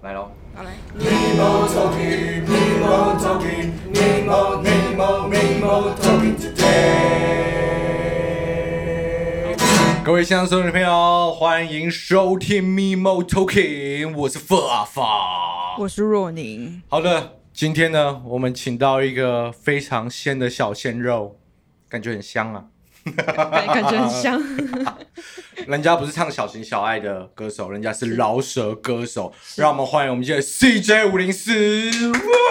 来喽。好来， Nemo talking, Nemo talking, Nemo, Nemo, Nemo talking today. 各位乡村的朋友，欢迎收听《咪猫 Talking》，我是发发。我是若宁，好的，今天呢，我们请到一个非常鲜的小鲜肉，感觉很香啊。感感觉很像。人家不是唱小情小爱的歌手，人家是饶舌歌手。让我们欢迎我们今天的 CJ 五零四，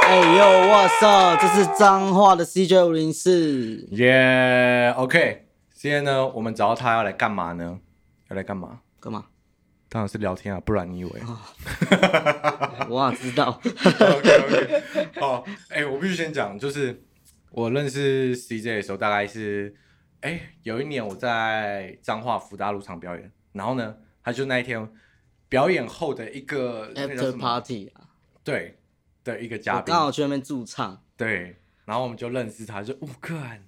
哎呦，哇塞，这是脏话的 CJ 五零四，耶、yeah,！OK，今天呢，我们找到他要来干嘛呢？要来干嘛？干嘛？当然是聊天啊，不然你以 为？我哪知道？ OK OK，好，哎、我必须先讲，就是我认识 CJ 的时候，大概是哎、有一年我在彰化福大路场表演，然后呢，他就那一天表演后的一个那个叫 After 什么 Party 啊，对的一个嘉我宾刚，好去那边驻唱，对，然后我们就认识他，就哦，干，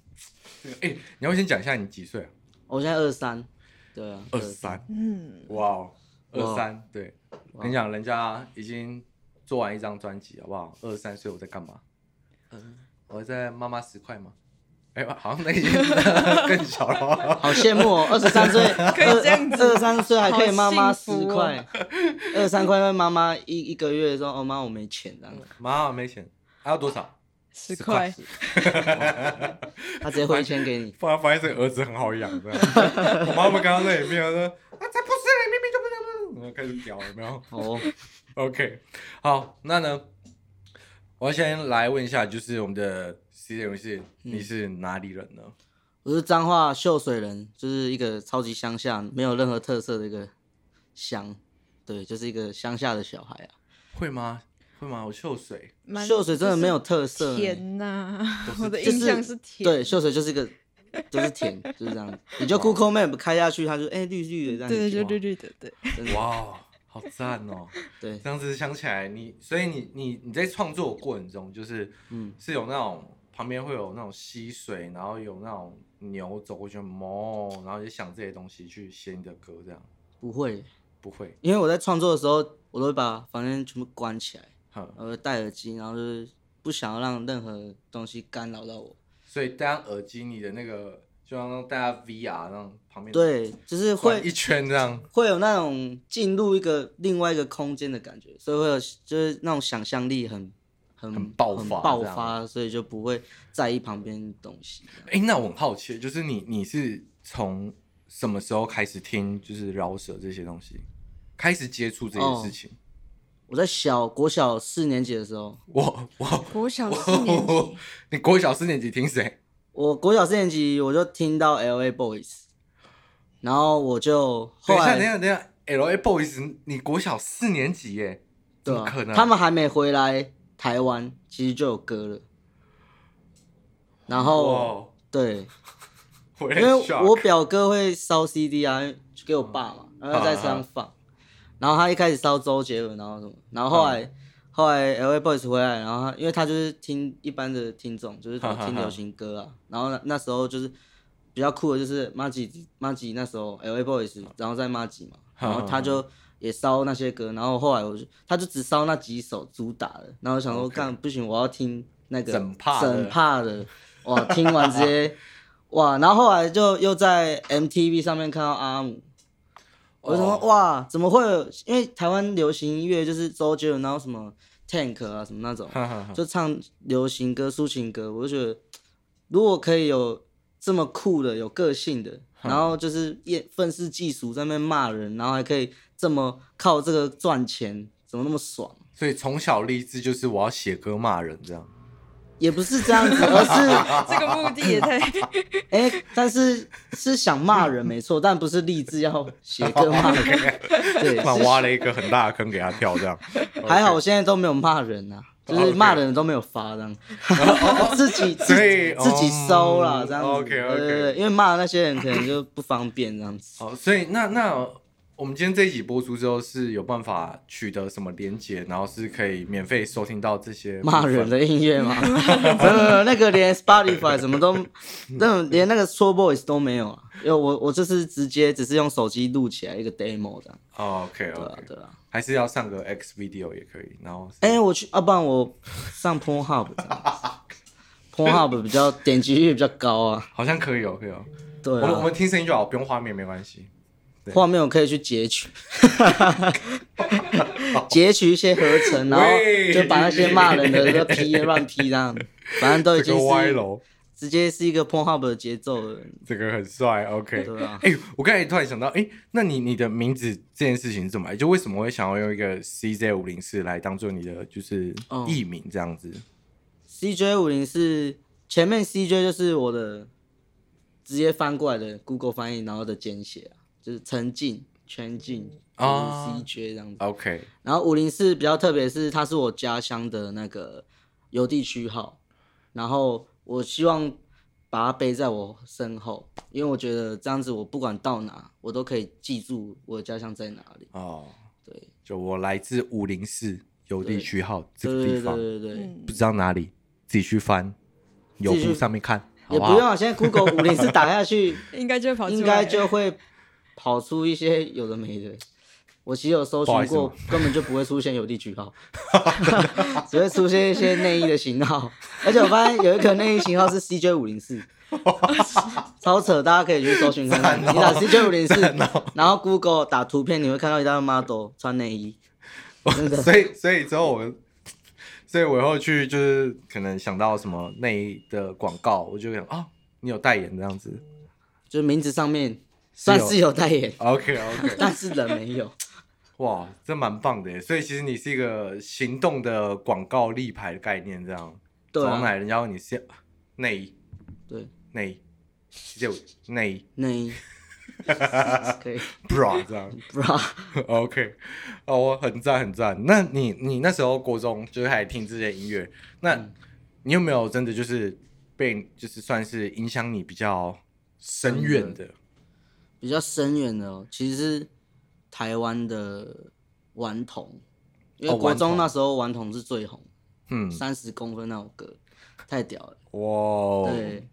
这个哎、你要不要先讲一下你几岁啊？我现在二三，对啊，二，三， 嗯，哇哦，哇二三，对，我跟你讲，人家已经做完一张专辑，好不好？二十三岁我在干嘛？我在妈妈十块吗？嗯哎、好像那已经更小了。好羡慕哦，二十三岁可以这样子二十三岁还可以妈妈好十幸福哦块，二十三块问妈妈一一个月说，哦妈我没钱这样， 妈，没钱，还要多少？十十块，块，他直接汇钱给你后来发现这个儿子很好养的。 我妈妈刚刚在里面她说：“啊，才不是嘞，明明就不能。”然后开始屌，有没有？ 哦， OK，好，那呢，我要先来问一下，就是我们的 C 姐，是你是哪里人呢？我是彰化秀水人，就是一个超级乡下，没有任何特色的一个乡，对，就是一个乡下的小孩啊。会吗？会吗？我秀水，蛮秀水真的没有特色欸呢、甜呐、都是我的就印象是甜。对，秀水就是一个就是甜，就是这样子。你就 Google Map 开下去，它就哎、绿绿的这样子。对对就绿绿的，对，真的哇哦，好赞哦！对这样子想起来，你所以你你你在创作过程中，就是嗯嗯，是有那种旁边会有那种溪水，然后有那种牛走过去，哞，然后就想这些东西去写你的歌，这样不会，不会？因为我在创作的时候，我都会把房间全部关起来，哼，然后戴耳机，然后就是不想要让任何东西干扰到我。所以戴上耳机，你的那个就像大家 VR 那样旁边对，就转是会一圈这样。会有那种进入一个另外一个空间的感觉，所以会有就是那种想象力很很很爆发爆这样发，所以就不会在意旁边的东西。哎、那我很好奇，就是你你是从什么时候开始听就是饶舌这些东西，开始接触这哦些事情？我在小国小四年级的时候，我我国小四年我级，， 你国小四年级听谁？我国小四年级我就听到 L A Boys，然后我就等后一下，来等一下，等一下，L A Boys，你国小四年级耶？怎对么啊可能？他们还没回来台湾，其实就有歌了。然后哦，对，我因为我表哥会烧 CD 啊，就给我爸嘛，嗯然后在车上放。然后他一开始烧周杰伦，然后什么，然后后嗯来后来 L A Boys 回来，然后他因为他就是听一般的听众，就是哈哈哈听流行歌啊。然后那那时候就是比较酷的，就是马吉马吉那时候 L A Boys，然后在马吉嘛，哈哈然哈后他就也烧那些歌，然后后来我就他就只烧那几首主打的，然后我想说 OK 干不行，我要听那个整帕的整帕的， 哇，听完直接。哇，然后后来就又在 MTV 上面看到阿姆，我就想说、哦哇，怎么会有？因为台湾流行音乐就是周杰伦，然后什么 Tank 啊什么那种，我就唱流行歌、抒情歌，我就觉得如果可以有这么酷的、有个性的，然后就是厌愤世嫉俗在那边骂人，然后还可以这么靠这个赚钱，怎么那么爽？所以从小立志就是我要写歌骂人这样。也不是这样子， 而是这个目的也 太……哎、但是是想骂人没错，但不是立志要写歌骂人。对，突然是挖了一个很大的坑给他跳， 这样还好我现在都没有骂人啊，哦就是骂人都没有发这样， 自己自所以自己收哦啦这样子。 OK，OK 对对对，因为骂那些人可能就不方便这样子。哦，所以那那我们今天这一集播出之后是有办法取得什么连接，然后是可以免费收听到这些部分骂人的音乐吗？没有 没有，那个连 Spotify 什么都，那种连那个 s o Boys 都没有啊。因为我我就是直接只是用手机录起来一个 demo 的，哦，OK 对啊 OK，对啊。还是要上个 X video 也可以，然后是哎、我去，要、不然我上 Pornhub 这样 子，Pornhub 比较点击率比较高啊。好像可以哦，可以哦。对我们我啊，们听声音就好，不用画面没关系。画面我可以去截取， 截取一些合成，然后喂就把那些骂人的都 P 乱 P 这样，反正都已这经个歪是楼，直接是一个 Pornhub 的节奏了。这个很帅，OK。对啊哎、我刚才突然想到，哎、那你你的名字这件事情是怎么来？就为什么会想要用一个 CJ 五零四来当做你的就是哦艺名这样子？ CJ 五零是前面 CJ 就是我的直接翻过来的 Google 翻译，然后的简写啊，就是沉浸、全进，就是啊 CJ 这样子。 OK，然后五零四比较特别是，它是我家乡的那个邮地区号，然后我希望把它背在我身后，因为我觉得这样子我不管到哪，我都可以记住我的家乡在哪里。哦，对，就我来自五零四邮地区号这对个对地对方，对对。嗯不，知道哪里，自己去翻邮自己簿去上面看，好也不不用好？啊，现在 Google 五零四打下去，应该就会跑出来，应该就会跑出一些有的没的。我其实有搜不好寻意思嘛过，根本就不会出现有地区号， 只会出现一些内衣的型号。而且我发现有一个内衣型号是 CJ 五零四，超扯，大家可以去搜寻看看。你赞哦打 CJ 五零四赞哦，然后 Google 打图片，你会看到一大堆 model 穿内衣，真的所以所以之后我， 所以我以后去就是可能想到什么内衣的广告，我就想啊、你有代言这样子就是名字上面算是有代言， ，OK OK，但是人没有。 哇，这蛮棒的耶！所以其实你是一个行动的广告立牌的概念，这样对走到啊，哪人家问你是内衣对内衣，就内衣内 衣可以 bra 这样。 bra。 OK，哦，我很赞很赞。那你你那时候国中就是还听这些音乐，那嗯你有没有真的就是被就是算是影响你比较深远的？比较深远的、哦，其实是台湾的顽童，因为哦国顽童中那时候顽童是最红，嗯，三十、公分那首歌太屌了，哇哦，对，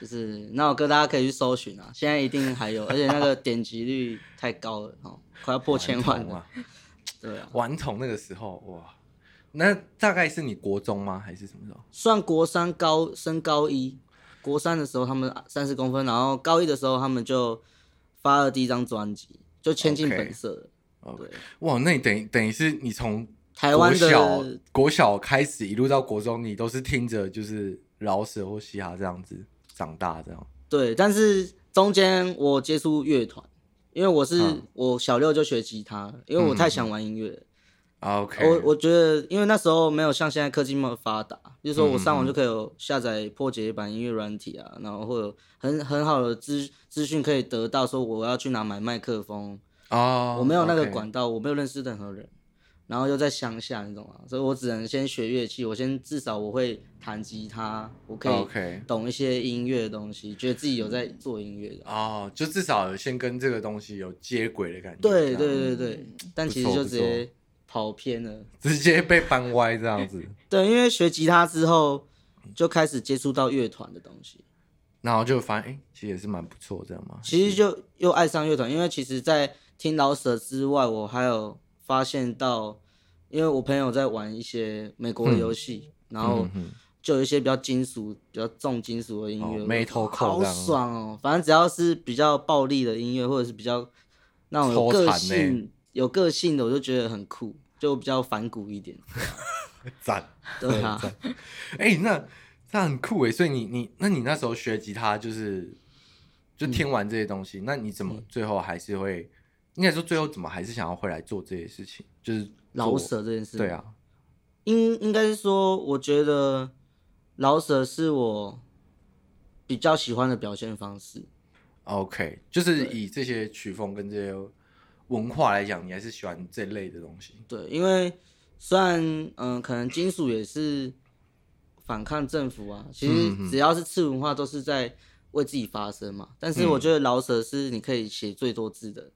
就是那首歌大家可以去搜寻啊，现在一定还有，而且那个点击率太高了哦，快要破千万顽童了，啊，对啊，顽童那个时候哇，那大概是你国中吗？还是什么时候？算国三高升高一，国三的时候他们三十公分，然后高一的时候他们就发了第一张专辑，就签进 OK 本色了对，哇，那你等于等于是你从台湾国小的国小开始一路到国中，你都是听着就是饶舌或嘻哈这样子长大，这样对，但是中间我接触乐团，因为我是、嗯我小六就学吉他，因为我太想玩音乐了。啊 OK，我我觉得，因为那时候没有像现在科技那么发达，就是说我嗯上网嗯嗯就可以有下载破解版音乐软体啊，然后会有很很好的资资讯可以得到，说我要去哪买麦克风，哦，我没有那个 OK 管道，我没有认识任何人，然后又在乡下，你懂吗？所以我只能先学乐器，我先至少我会弹吉他，我可以哦 OK 懂一些音乐的东西，觉得自己有在做音乐的。哦，就至少有先跟这个东西有接轨的感觉，这对样嗯对对对，但不其实错就不直错接跑偏了。直接被搬歪这样子，对，因为学吉他之后就开始接触到乐团的东西，然后就发现哎、诶其实也是蛮不错，这样嘛，其实就又爱上乐团，因为其实，在听老舍之外，我还有发现到，因为我朋友在玩一些美国的游戏，然后嗯哼就有一些比较金属、比较重金属的音乐，哦我 metalcore 好这样爽哦！反正只要是比较暴力的音乐，或者是比较那种有抽欸个惨呢性、有个性的，我就觉得很酷，就比较反骨一点。嗯赞， 对啊，哎、那那很酷哎，所以你你那你那时候学吉他就是嗯就听完这些东西，那你怎么最后还是会，应该说最后怎么还是想要回来做这些事情，就是做老舍这件事，对，啊，应应该是说，我觉得老舍是我比较喜欢的表现方式。 OK，就是以这些曲风跟这些文化来讲，你还是喜欢这类的东西。对，因为虽然嗯、呃可能金属也是反抗政府啊，其嗯嗯实只要是次文化都是嗯在为自己发声嘛。但是我觉得老舍是你可以写最多字的，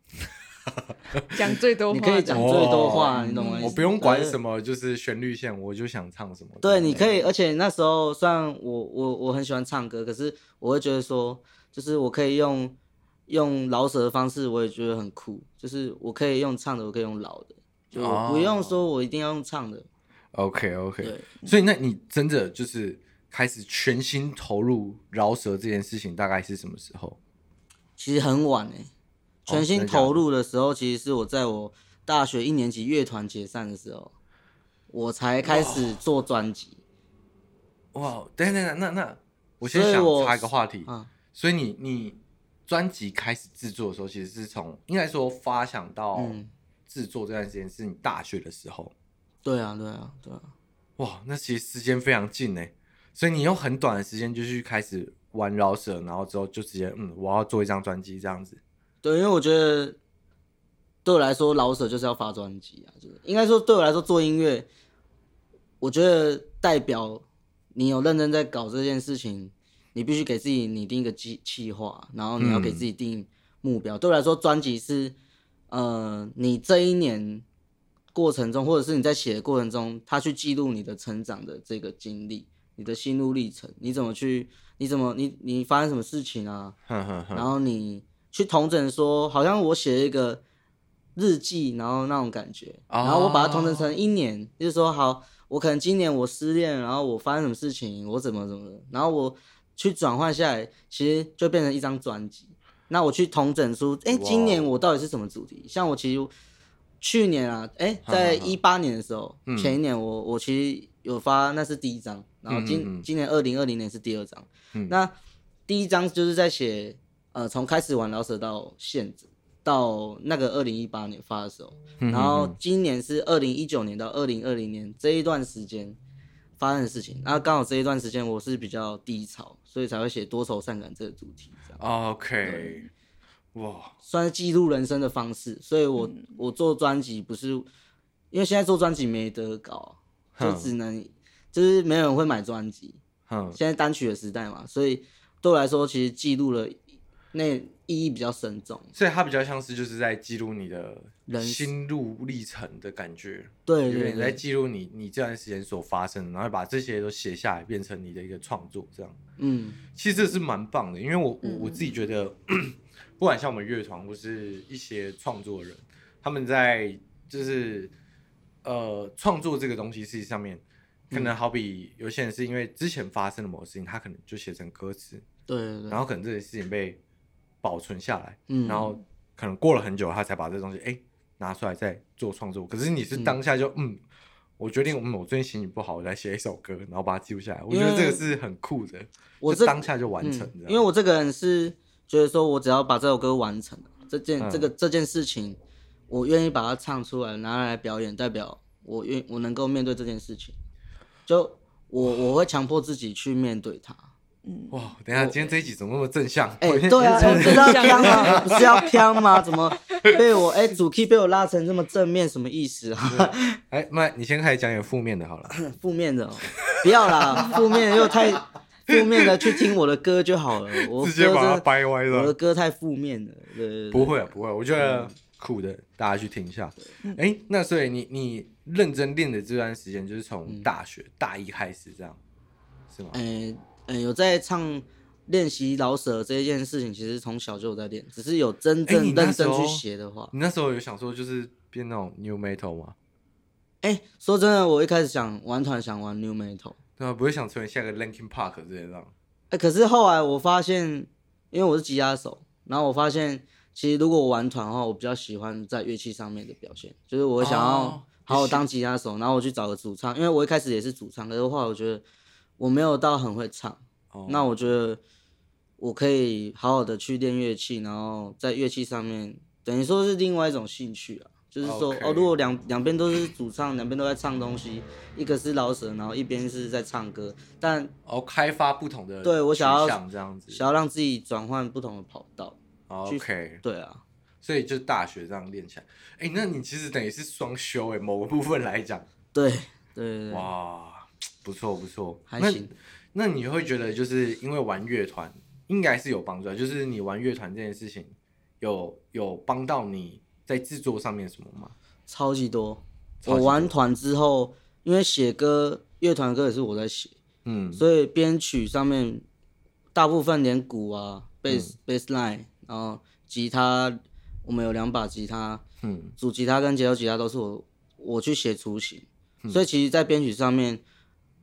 讲最多你话可以的，讲最多话，哦你懂我意思？我不用管么。什么，就是旋律线，我就想唱什么。对，你可以，而且那时候虽然我我我很喜欢唱歌，可是我会觉得说，就是我可以用用饶舌的方式，我也觉得很酷，就是我可以用唱的，我可以用饶的，就我不用说我一定要用唱的。 OK OK，哦对，所以那你真的就是开始全心投入饶舌这件事情，大概是什么时候？其实很晚诶、欸全心投入哦的时候，其实是我在我大学一年级乐团解散的时候，我才开始做专辑。哇，等等等，那那我先所以想我插一个话题，啊，所以你你专辑开始制作的时候，其实是从应该说发想到嗯制作这段时间是你大学的时候，对啊，对啊，对啊，哇，那其实时间非常近呢。所以你用很短的时间就去开始玩饶舌，然后之后就直接嗯，我要做一张专辑这样子。对，因为我觉得对我来说，老舍就是要发专辑啊，就是应该说对我来说做音乐，我觉得代表你有认真在搞这件事情，你必须给自己拟定一个计计划，然后你要给自己定目标。对我来说，专辑是呃，你这一年过程中，或者是你在写的过程中，他去记录你的成长的这个经历。你的心路历程，你怎么去？你怎么你你发生什么事情啊？哼哼哼，然后你去统整说，好像我写一个日记，然后那种感觉，哦然后我把它统整成一年，就是说，好，我可能今年我失恋，然后我发生什么事情，我怎么怎么的，然后我去转换下来，其实就变成一张专辑。那我去统整出，哎、哇今年我到底是什么主题？像我其实去年啊，哎、哼在哼一八年的时候，嗯前一年我我其实有发，那是第一张，然后今嗯嗯嗯今年二零二零年是第二张，嗯那第一张就是在写呃从开始玩老舍到现在到那个二零一八年发的时候，嗯然后今年是二零一九年到二零二零年这一段时间发生的事情，然后刚好这一段时间我是比较低潮，所以才会写多愁善感这个主题，这样 OK，哇，算是记录人生的方式。所以我、我做专辑不是因为现在做专辑没得搞，啊就哼只能就是没有人会买专辑，哼，现在单曲的时代嘛，所以对我来说其实记录了那意义比较深重。所以它比较像是就是在记录你的人心路历程的感觉，对有对点在对，记录你你这段时间所发生的，然后把这些都写下来，变成你的一个创作这样。嗯其实这是蛮棒的，因为我我嗯我自己觉得， 不管像我们乐团或是一些创作人，他们在就是呃创作这个东西事情上面，嗯可能好比有些人是因为之前发生了某个事情，他可能就写成歌词，对对对，然后可能这些事情被保存下来，嗯然后可能过了很久，他才把这东西哎、拿出来再做创作。可是你是当下就嗯。我决定，嗯，我最近心情不好，我来写一首歌，然后把它记录下来。我觉得因这为个是很酷的。我就这当下就完成嗯，这样、因为我这个人是觉得说我只要把这首歌完成这件、嗯这个这件事情，我愿意把它唱出来拿来表演，代表我愿我能够面对这件事情，就我我会强迫自己去面对它。嗯哇，等一下，我今天这一集怎么那么正向？哎、我先对啊，这我不是要飘吗？ 不是要飘吗？怎么被我哎、主 key 被我拉成这么正面，什么意思啊？哎，那你先开始讲点负面的好 了。负面的、哦，不 要啦，负面的又太负面的，去听我的歌就好了。我直接歌把它真的掰歪了我的歌太负面了，对对对，不会啊，不会，我觉得嗯酷的，大家去听一下。哎，那所以你你认真练的这段时间，就是嗯从大学大一开始这样，是吗？诶、呃有在唱练习老舍这一件事情，其实从小就有在练，只是有真哎你正那认时真候去写的话，你那时候有想说就是变那种 new metal 吗？哎、说真的，我一开始想玩团，想玩 new metal，对啊，不会想成为下个 Linkin Park 这些这样。哎、可是后来我发现，因为我是吉他手，然后我发现，其实如果我玩团的话，我比较喜欢在乐器上面的表现，就是我哦想要好你好喜当吉他手，然后我去找个主唱，因为我一开始也是主唱，可是后来我觉得我没有到很会唱，哦那我觉得我可以好好的去练乐器，然后在乐器上面，等于说是另外一种兴趣啊。就是说 OK 哦，如果两两边都是主唱，两边都在唱东西，一个是老舍，然后一边是在唱歌，但哦，开发不同的对我想要取向这样子。哦想要让自己转换不同的跑道。去 OK，对啊，所以就大学这样练起来。哎，那你其实等于是双修哎，某个部分来讲。对对对对，哇，不错不错，还行。那。那你会觉得，就是因为玩乐团，啊应该是有帮助的，就是你玩乐团这件事情有，有帮到你在制作上面什么吗？超级多。超级我多玩团之后，因为写歌，乐团歌也是我在写，嗯，所以编曲上面大部分连鼓啊、bass、bass 嗯 line，然后吉他，我们有两把吉他，嗯，主吉他跟节奏吉他都是我我去写雏形，嗯所以其实，在编曲上面，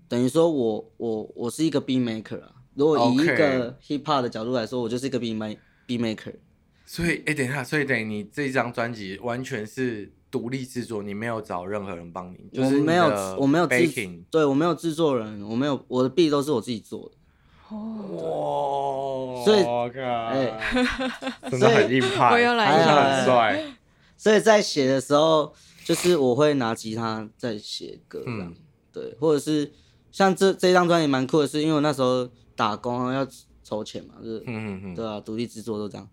等于说我我我是一个 beat maker 啊。如果以一 OK 个 hip hop 的角度来说，我就是一个 beat ma- beat maker。所以哎、等一下，所以等于你这张专辑完全是独立制作，你没有找任何人帮你，就我是你没有的我没有制 backing，，对我没有制作人，我没有我的 beat 都是我自己做的，哇，所以哎，真的所以很硬派， 我又来真的一很首帅，所以在写的时候，就是我会拿吉他在写歌，嗯嗯，对，或者是像这这张专辑蛮酷的是，因为我那时候打工啊要筹钱嘛，就是 嗯嗯嗯，对啊，独立制作都这样，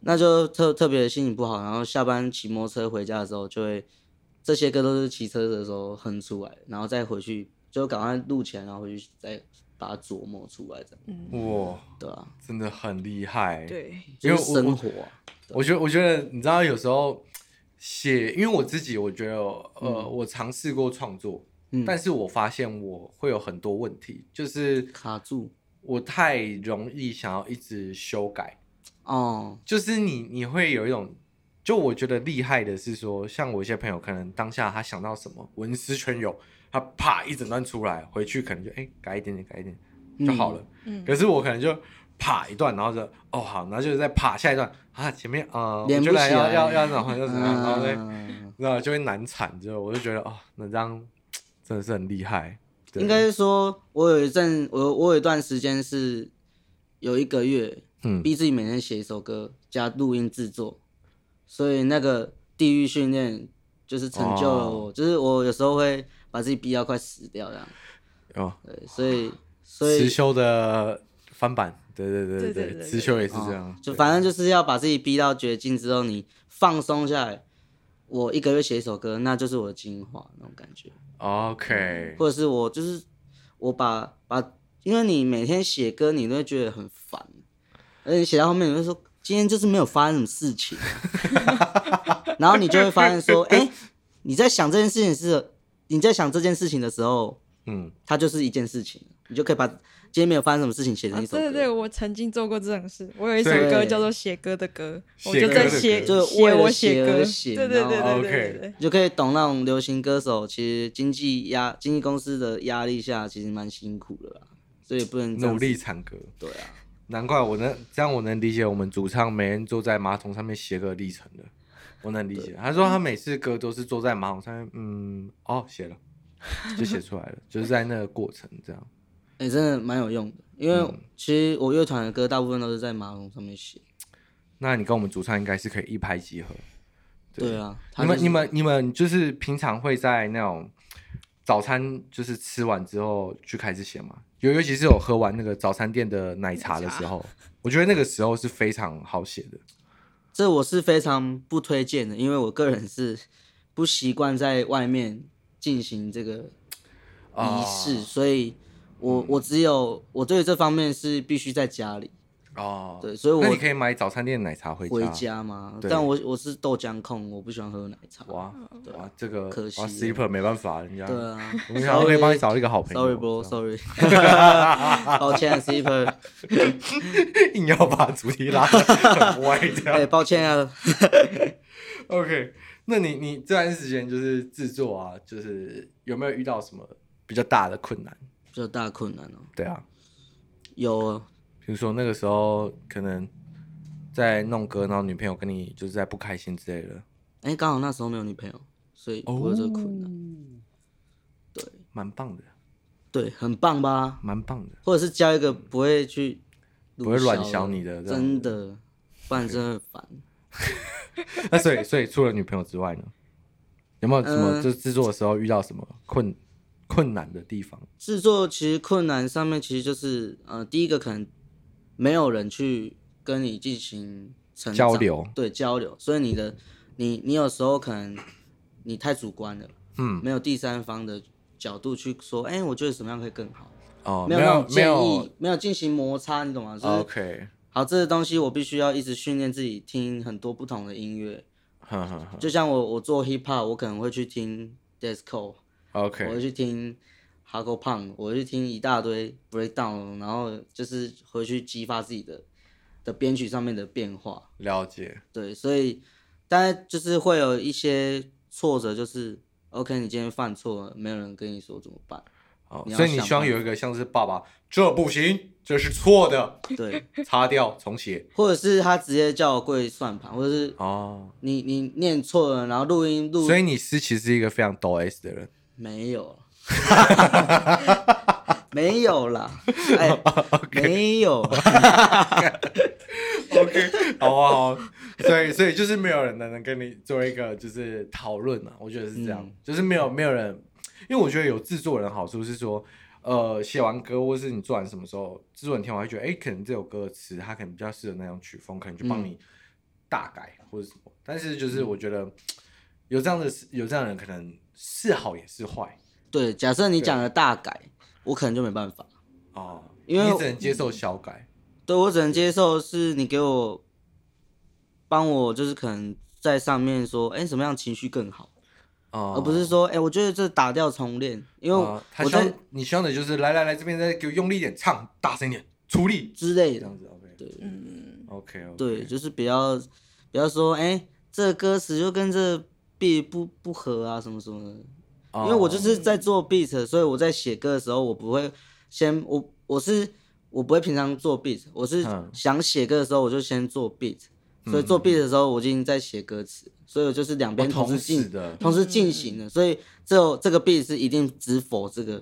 那就特特别心情不好，然后下班骑摩托车回家的时候，就会这些歌都是骑车的时候哼出来，然后再回去就赶快录起来，然后回去再把它琢磨出来，这样，哇，对啊，真的很厉害，。嗯对，因为就是我我生活啊、我觉得，我觉得你知道，有时候写，因为我自己，我觉得，呃，我尝试过创作，嗯但是我发现我会有很多问题，就是卡住我太容易想要一直修改，哦，就是你你会有一种，就我觉得厉害的是说，像我一些朋友，可能当下他想到什么文思泉涌，他啪一整段出来，回去可能就哎、改一点点，改一点点就好了。嗯可是我可能就啪一段，然后就哦好，然后就是再啪下一段啊，前面呃，我连觉不起得来要要要怎么样要怎么样，然后再嗯，然后就会难产，之后我就觉得哦，那张真的是很厉害，对应该是说，我有一阵，我有我有一段时间是有一个月，嗯逼自己每天写一首歌加录音制作，所以那个地狱训练就是成就了我，就是我有时候会把自己逼到快死掉这样，哦，对，所以所以辞修的翻版，对对对对对对，对辞修也是哦这样，就反正就是要把自己逼到绝境之后，你放松下来。我一个月写一首歌，那就是我的精华那种感觉。 OK，或者是我就是我把把，因为你每天写歌，你都会觉得很烦，而且你写到后面，你会说今天就是没有发生什么事情啊， 然后你就会发现说，哎、你在想这件事情是你在想这件事情的时候，嗯，它就是一件事情，你就可以把今天没有发生什么事情写成啊一首歌。对对对，我曾经做过这种事。我有一首对歌叫做《写歌的歌》，我写就歌在的歌写就是为写了我写而歌，写对对对然后对对对 OK 对。你就可以懂那种流行歌手，其实经济压经纪公司的压力下，其实蛮辛苦的啦，所以不能这样努子力产歌，对啊。难怪我能这样，我能理解我们主唱每天坐在马桶上面写歌的历程的，我能理解。他说他每次歌都是坐在马桶上面，嗯，哦，写了，就写出来 了，就是在那个过程这样。哎、真的蛮有用的，因为嗯其实我乐团的歌大部分都是在马桶上面写。那你跟我们主唱应该是可以一拍即合。对啊，他你们、就是你们、你们就是平常会在那种早餐就是吃完之后去开始写吗？尤尤其是有喝完那个早餐店的奶茶的时候，我觉得那个时候是非常好写的。这我是非常不推荐的，因为我个人是不习惯在外面进行这个啊仪式，所以嗯我我只有我对这方面是必须在家里哦，对所以我那你可以买早餐店的奶茶回家。回家嘛。对但我我是豆浆控，我不喜欢喝奶茶。哇哇，这个嗯可惜哇了 Sleeper 没办法，人家对啊， 我们想可以帮你找一个好朋友 Sorry bro, 这样 sorry，抱歉啊 Sleeper， 硬要把主题拉得很歪 这哎、样。抱歉啊。 OK，那你你这段时间就是制作啊，就是有没有遇到什么比较大的困难？比较大困难哦，对啊，有比如说那个时候可能在弄歌，然后女朋友跟你就是在不开心之类的，哎，刚好那时候没有女朋友，所以不会有这个困哦难。对蛮棒的，对，很棒吧？蛮棒的。或者是交一个不会去不会乱乱想你的这样真的，不然真的很烦。 那所以所以除了女朋友之外呢，有没有什么嗯就制作的时候遇到什么困困难的地方？制作其实困难上面其实就是呃，第一个可能没有人去跟你进行成长交流对交流，所以你的你你有时候可能你太主观了，嗯，没有第三方的角度去说，哎，我觉得怎么样会更好，哦，没有那有哦没种建议，没有进行摩擦，你懂吗？就是 OK，好，这个东西我必须要一直训练自己听很多不同的音乐，哼哼哼就像我我做 hip hop，我可能会去听 disco，我会，OK，去听 hardcore punk，我会去听一大堆 breakdown，然后就是回去激发自己的的编曲上面的变化。了解，对，所以当然就是会有一些挫折，就是 OK，你今天犯错了，没有人跟你说怎么办。好，你要哦所以你想希望办有一个像是爸爸，这不行，这是错的， 对，擦掉重写。或者是他直接叫我跪算盘，或者是哦，你你念错了，然后录音录所以你是其实是一个非常抖 S 的人。没有， 没有啦， 哎、没有， OK，好啊，好啊，所以所以就是没有人能跟你做一个就是讨论啊，我觉得是这样，嗯就是没有没有人，因为我觉得有制作人的好处是说，呃，写完歌或是你做完什么时候，制作人听完会觉得，哎、可能这首歌的词它可能比较适合那种曲风，可能就帮嗯你大改或者什么，但是就是我觉得有这样的有这样的人，可能是好也是坏对，假设你讲的大改，我可能就没办法，哦，因为你只能接受小改。对我只能接受是你给我帮我，就是可能在上面说，哎、怎么样情绪更好，哦而不是说，哎、我觉得这打掉重练，因为哦他我希望在你希望的就是来来来这边再给我用力一点，唱大声一点，出力之类这的样，子，OK，对嗯， OK OK，对，就是比较比较说，哎、这个歌词就跟这 B 不不合啊，什么什么的。哦因为我就是在做 beat，所以我在写歌的时候，我不会先我我是我不会平常做 beat，我是嗯想写歌的时候我就先做 beat，、所以做 beat 的时候我已经在写歌词，所以我就是两哦边同时进、时的嗯同时进行的，所以这首这个 beat 是一定只否这个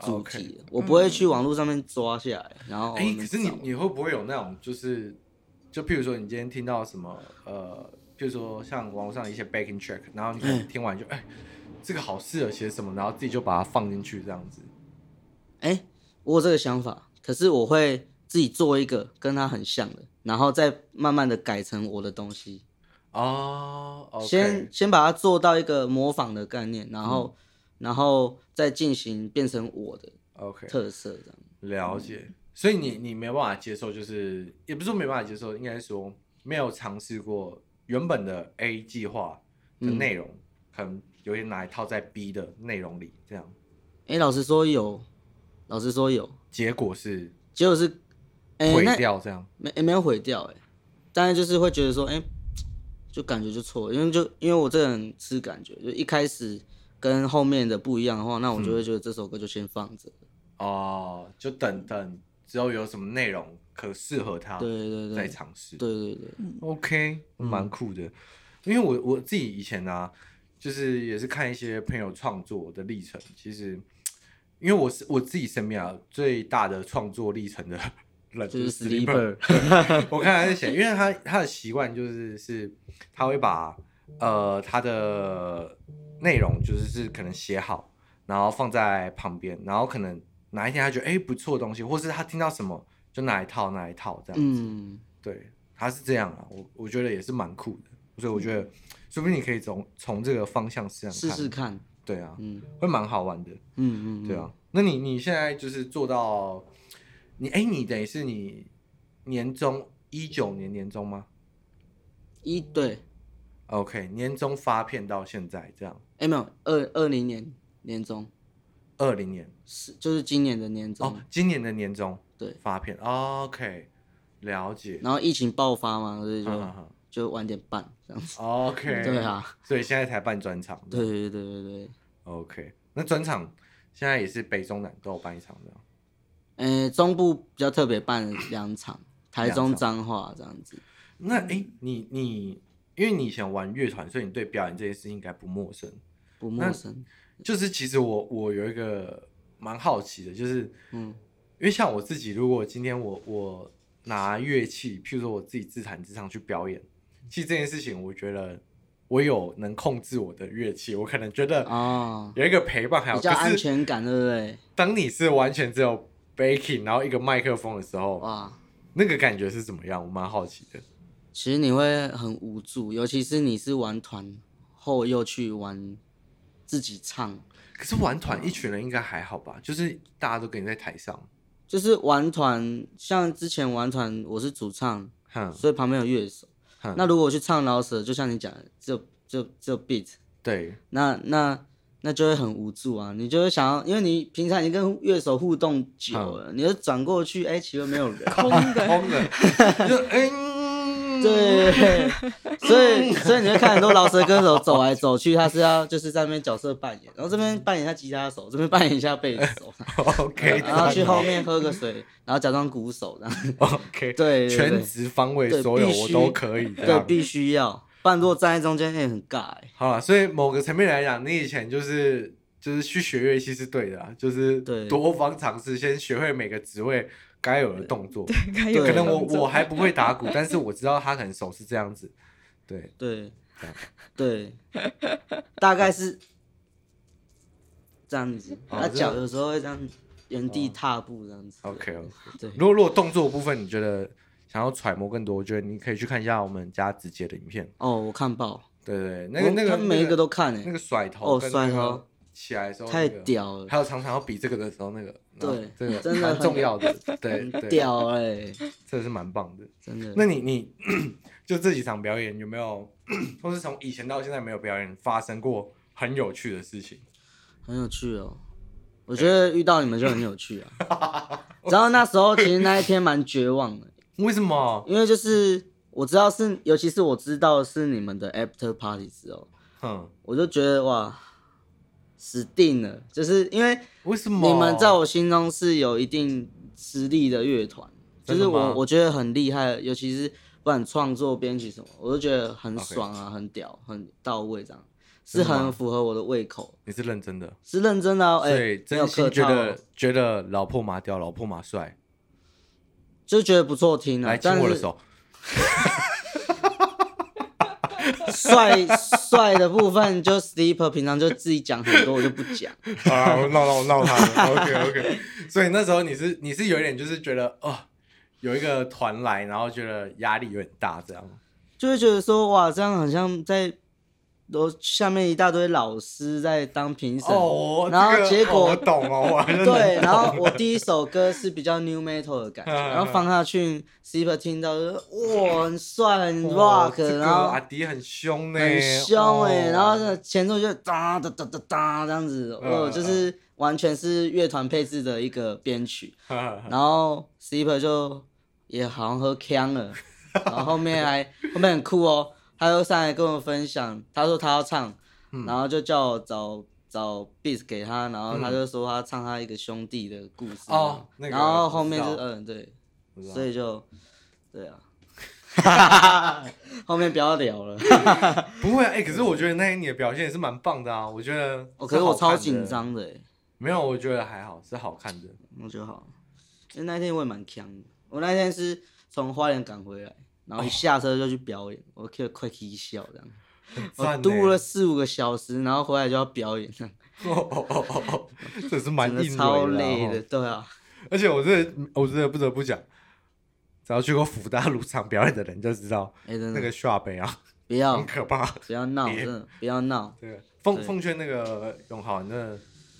主哦 OK 题的我不会去网络上面抓下来，然后哎、哦我可们是你找你会不会有那种就是，就譬如说你今天听到什么呃，譬如说像网络上的一些 backing track，然后你可嗯能听完就哎、这个好适合写什么，然后自己就把它放进去这样子。哎、我有这个想法，可是我会自己做一个跟它很像的，然后再慢慢的改成我的东西。哦，OK，嗯先先把它做到一个模仿的概念，然后、然后再进行变成我的 OK，特色这样。嗯了解。所以你你没办法接受，就是也不是说没办法接受，应该说没有尝试过原本的 A 计划的嗯内容，可能有点拿来套在 B 的内容里，这样哎、老实说有，老实说有，结果是结果是哎、毁那掉这样。没、诶没有毁掉哎、但是就是会觉得说哎、诶就感觉就错了，因为就因为我这个人吃感觉，就一开始跟后面的不一样的话，那我就嗯会觉得这首歌就先放着。哦，就等等之后有什么内容可适合他，对对对再尝试。对对对， OK，蛮嗯酷的。因为我我自己以前啊，就是也是看一些朋友创作的历程，其实因为我是我自己身边啊最大的创作历程的人就是 Sleeper， sleeper，我看他在写，因为他他的习惯就是是他会把呃他的内容就是是可能写好，然后放在旁边，然后可能哪一天他觉得哎、诶不错的东西，或是他听到什么就哪一套哪一套这样子。嗯，对，他是这样啊，我我觉得也是蛮酷的，所以我觉得说不定你可以从从这个方向试试试嗯试看，看，对啊，嗯会蛮好玩的。嗯嗯，嗯对啊，，那你你现在就是做到你哎、你等于是你年终一九年年终吗一对。 ？OK，年终发片到现在这样，哎、没有，二二零年年中二零年是就是今年的年中，哦，今年的年终对发片，OK，了解。然后疫情爆发嘛，所以就、嗯嗯就晚点办这样子。嗯 OK， 对，啊，所以现在才办专场，对对对对对， ，OK，那专场现在也是北中南都有办一场的，哎、中部比较特别办两场，台两中场彰化这样子。那嗯哎、诶你你因为你以前玩乐团，所以你对表演这件事应该不陌生。不陌生，就是其实我我有一个蛮好奇的，就是嗯因为像我自己，如果今天我我拿乐器，譬如说我自己自弹自唱去表演，其实这件事情，我觉得我有能控制我的乐器，我可能觉得哦，有一个陪伴还好。比较可安是全感，对不对？当你是完全只有 baking，然后一个麦克风的时候，哇，那个感觉是怎么样？我蛮好奇的。其实你会很无助，尤其是你是玩团后又去玩自己唱，可是玩团一群人应该还好吧？就是大家都跟你在台上，就是玩团，像之前玩团我是主唱，哼嗯所以旁边有乐手。哼那如果我去唱老舍，就像你讲，的，只有只有只有 beat，对，那那那就会很无助啊，你就会想要，因为你平常已经跟乐手互动久了，你就转过去，哎、其实没有人，空啊 嗯 的，空的， 就嗯，对，所以所以你会看很多饶舌歌手走来走去，他是要就是在那边角色扮演，然嗯后这边扮演一下吉他手，这边扮演一下贝斯 手， ，OK，然后去后面喝个水，然后假装鼓手这样。 ，OK，对对对全职方位对所有必我须都可以这对，样。必须要，不然如果站在中间，哎、很尬、欸。好了，所以某个层面来讲，你以前就是就是去学乐器是对的啦，就是对多方尝试，先学会每个职位该有的动作。该有对可的能我动作我还不会打鼓，但是我知道他可能手是这样子。对，对，对，大概是这样子。哦他这脚有时候会这样原地踏步这样子。 OK OK。对，如果如果动作部分你觉得想要揣摩更多，我觉得你可以去看一下我们家直接的影片。哦，我看爆，对对，对那个那哦他个每一个都看那哎个，甩头哦跟甩那个头起来的时候太那个，屌了，还有常常要比这个的时候那个，然后对这个真的蛮很重要的， 对很对，屌哎，这是蛮棒的。真的。那你你 就这几场表演有没有， 或是从以前到现在没有表演发生过很有趣的事情？很有趣哦。我觉得遇到你们就很有趣啊。 然后那时候其实那一天蛮绝望的，为什么？因为就是我知道是，尤其是我知道是你们的 after party 之后，哼，我就觉得哇，死定了！就是因为为什么？你们在我心中是有一定实力的乐团，就真是的吗我我觉得很厉害，尤其是不管创作、编曲什么，我都觉得很爽啊很屌，很到位，这样是真的吗很符合我的胃口，你是认真的，是认真的、哦。哎、所以没有真心客觉套哦得觉得老破马屌，老破马帅，就觉得不错听啊来，亲但我的是手。帅帅的部分就 Sleeper 平常就自己讲很多，我就不讲。 啊，我闹闹闹他了。OK OK，所以那时候你是你是有一点就是觉得哦，有一个团来，然后觉得压力有点大，这样。就会觉得说哇，这样好像在楼下面一大堆老师在当评审。哦，然后这个结果哦我懂哦，我好像对，懂然后我第一首歌是比较 new metal 的 感觉，嗯嗯嗯然后放下去 s i p e r 听到就说哇，很帅，很哇 rock，这个然后阿迪很凶呢，很凶哎，哦然后那前奏就哒哒哒哒哒这样子，嗯哦，就是完全是乐团配置的一个编曲， 然后 s i p e r 就也好像喝呛了， 然后后面还后面很酷哦，他又上来跟我分享，他说他要唱，嗯然后就叫我找找 beat 给他，然后他就说他唱他一个兄弟的故事，哦那个然后后面我就知是道嗯对，我知道所以就对啊。 后面不要聊了，不会啊，哎，可是我觉得那天你的表现也是蛮棒的啊，我觉得。哦，可是我好看超的紧。张的欸，没有，我觉得还好，是好看的。 我觉得好，因为那天我也蛮强的，我那天是从花莲赶回来，然后一下车就去表演，我可以快气笑这样。我赞欸度呢了四五个小时，然后回来就要表演， 哦哦哦哦哦，这是蛮真硬的蕊超啦累哦的，对啊，而且我真的，我真的不得不讲，只要去过福大鲁场表演的人就知道，哎、真那的个下杯啊，不要很可怕。不要闹，别真的不要闹，对，奉对奉劝那个永豪，你真的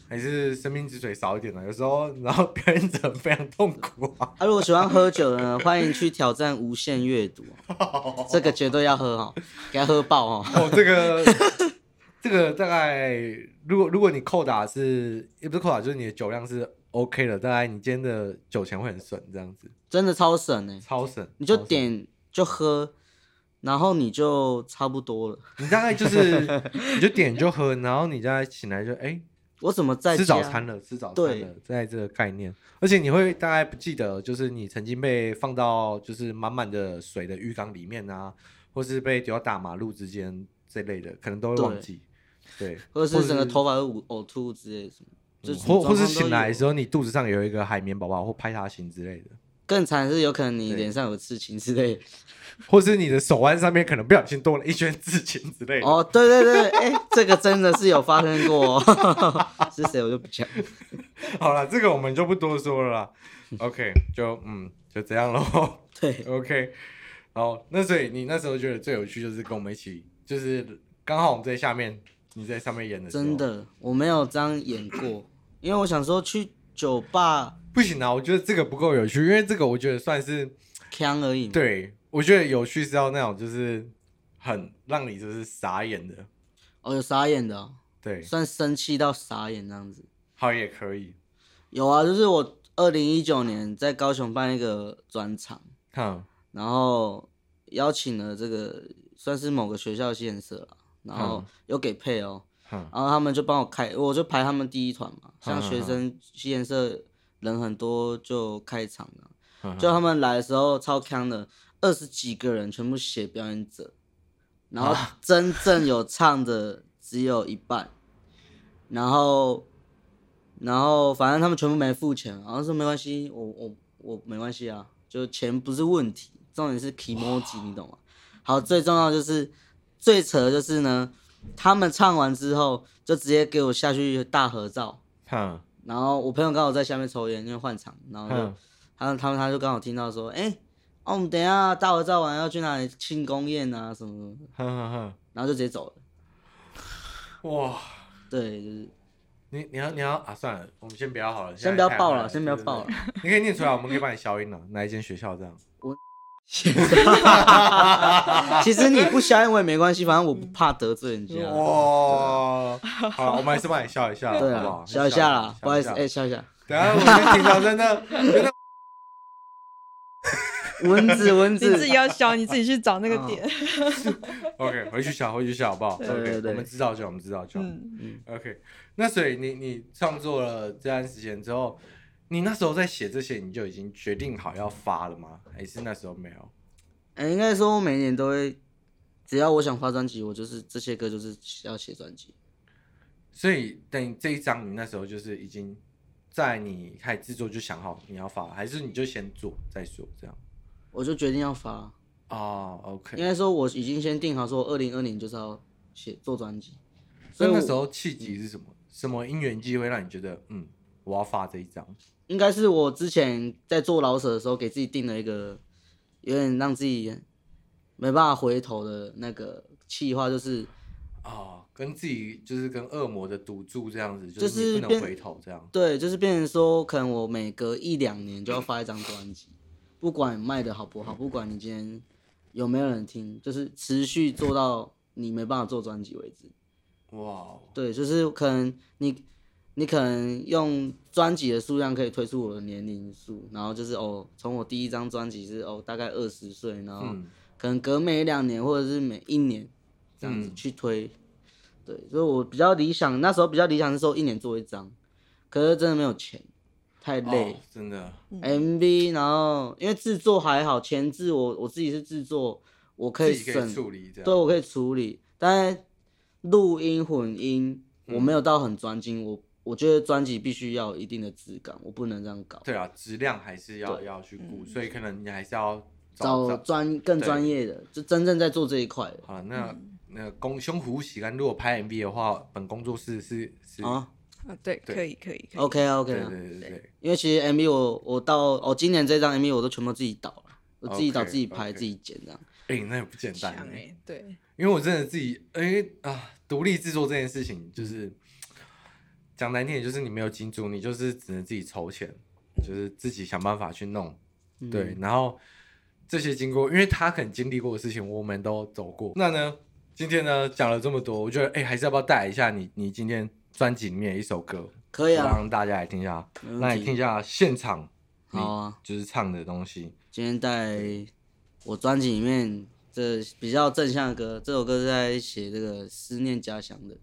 还是生命之水少一点啊了。有时候，然后表演者非常痛苦 啊。啊，如果喜欢喝酒的呢， 欢迎去挑战无限阅 读，这个绝对要喝哦，给他喝爆哦。哦，这个这个大概，如果如果你扣打是也不是扣打，就是你的酒量是 OK 的，大概你今天的酒钱会很省，这样子真的超省哎、超省。你就超省点就喝，然后你就差不多了。你大概就是你就点就喝，然后你再醒来就哎。我怎么在吃早家餐了，吃早餐对了，在这个概念，而且你会大概不记得，就是你曾经被放到就是满满的水的浴缸里面啊，或是被丢到大马路之间这类的，可能都会忘记。对，或者是整个头发都呕呕吐之类的什么，就是嗯或或是醒来的来时候，你肚子上有一个海绵宝宝或拍他形之类的，更惨是有可能你对脸上有刺青之类的。或是你的手腕上面可能不小心多了一圈刺青之类的。哦，对对对，哎、这个真的是有发生过、哦，是谁我就不讲。好了，这个我们就不多说了啦。OK，就嗯，就这样喽。对， OK，好，那所以你那时候觉得最有趣就是跟我们一起，就是刚好我们在下面，你在上面演的时候，真的我没有这样演过，因为我想说去酒吧嗯不行啊！我觉得这个不够有趣，因为这个我觉得算是呛而已嘛。对我觉得有趣是要那种就是很让你就是傻眼的，哦，有傻眼的、哦，对，算生气到傻眼这样子。好也可以，有啊，就是我二零一九年在高雄办一个专场，哼，然后邀请了这个算是某个学校的县社啦，然后嗯有给配哦，哼，然后他们就帮我开，我就排他们第一团嘛，像学生实验社人很多就开场了、哼就他们来的时候超强的，二十几个人全部写表演者，然后真正有唱的只有一半，然后然后反正他们全部没付钱，然后说没关系，我我我没关系啊，就钱不是问题，重点是 emoji 你懂吗？好，最重要就是最扯的就是呢，他们唱完之后就直接给我下去大合照，哼，然后我朋友刚好在下面抽烟，因为换场，然后就哼，他们他们他就刚好听到说，哎、哦，我们等一下大合照完要去哪里庆功宴啊什么什么，哼哼然后就直接走了。哼，哇！对，就是你你要你要啊，算了，我们先不要好了，先现不要在太爆晚了，先不要对对爆了对。你可以念出来，我们可以帮你消音了。哪一间学校这样？其实你不相信我也没关系，反正我不怕得罪人家。哦哇，好，我们还是帮你笑一下，对好不啊好？，笑一下啦，不好意思，笑一哎、下笑一下。等一下我先听到真的 真的，蚊子，蚊你 子，自己 要消，你自己去找那哦个点。 OK，回去笑，回去笑，好不好对对？OK，对我们知道就好我们知道就好。嗯， OK，那所以你你创作了这段时间之后，你那时候在写这些，你就已经决定好要发了吗？还是那时候没有？哎、应该说我每年都会，只要我想发专辑，我就是这些歌就是要写专辑。所以等于这一张，你那时候就是已经在你开始制作就想好你要发，还是你就先做再说这样？我就决定要发，哦，OK、应 o k 该说我已经先定好，说我二零二零就是要写做专辑。所以我那时候契机是什么？什么因缘机会让你觉得嗯，我要发这一张？应该是我之前在做老舍的时候，给自己定了一个有点让自己没办法回头的那个计划，就是哦，跟自己就是跟恶魔的赌注这样子，就是你是不能变回头这样。对，就是变成说，可能我每隔一两年就要发一张专辑，不管卖的好不好，不管你今天有没有人听，就是持续做到你没办法做专辑为止。哇哦，对，就是可能你你可能用专辑的数量可以推出我的年龄数，然后就是哦，从我第一张专辑是哦大概二十岁，然后嗯，可能隔每两年或者是每一年这样子嗯去推。对，所以我比较理想，那时候比较理想是说一年做一张，可是真的没有钱，太累。哦真的， MV，然后因为制作还好，前置我我自己是制作，我可以自己可以省，处理这样。对，我可以处理，但是录音混音嗯我没有到很专精，我我觉得专辑必须要有一定的质感，我不能这样搞，对啊，质量还是要对要去顾，所以可能你还是要找找专更对专业的，就真正在做这一块的好，那那公胸虎喜干，如果拍 MV 的话，本工作室是是，啊。啊，对，对可以，可以，可以。 OK 啊 OK 哦对啊，对对对，因为其实 MV 我我到哦今年这张 MV 我都全部自己导了，我自己导 OK，自己拍 OK 自己剪这样，哎，那也不简强单欸，哎，对，因为我真的自己，哎啊，独立制作这件事情，就是讲难听点，就是你没有金主，你就是只能自己筹钱，就是自己想办法去弄，嗯对，然后这些经过，因为他肯经历过的事情，我们都走过。那呢，今天呢讲了这么多，我觉得哎，还是要不要带一下你你今天专辑里面的一首歌？可以我啊，让大家来听一下，没问那你题听一下现场，好啊。就是唱的东西。今天带我专辑里面这比较正向的歌，这首歌是在写这个思念家乡的，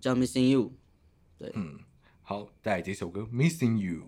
叫《Missing You》。好，带来这首歌《Missing You》。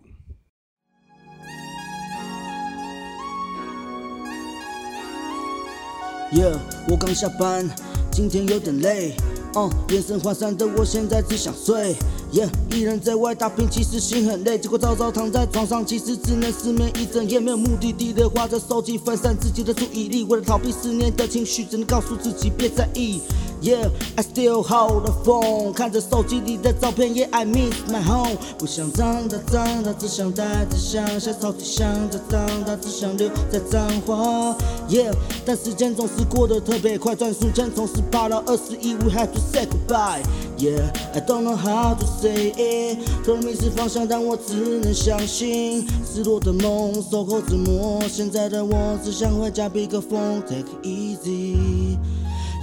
Yeah，我刚下班，今天有点累。哦、眼神涣散的我现在只想睡。Yeah，一人在外打拼，其实心很累。结果早早躺在床上，其实只能失眠一整夜。没有目的地的划着手机，分散自己的注意力。为了逃避思念的情绪，只能告诉自己别在意。Yeah，I still hold the phone，看着手机里的照片，Yeah I miss my home。不想长大，长大只想待在乡下，超级想着长大，只想留在彰化。Yeah，但时间总是过得特别快，转瞬间从十八到二十一，We have to say goodbye。Yeah。 Yeah, I don't know how to say it。突然迷失方向，但我只能相信失落的梦，守候折磨。现在的我只想回家避个风，Take it easy。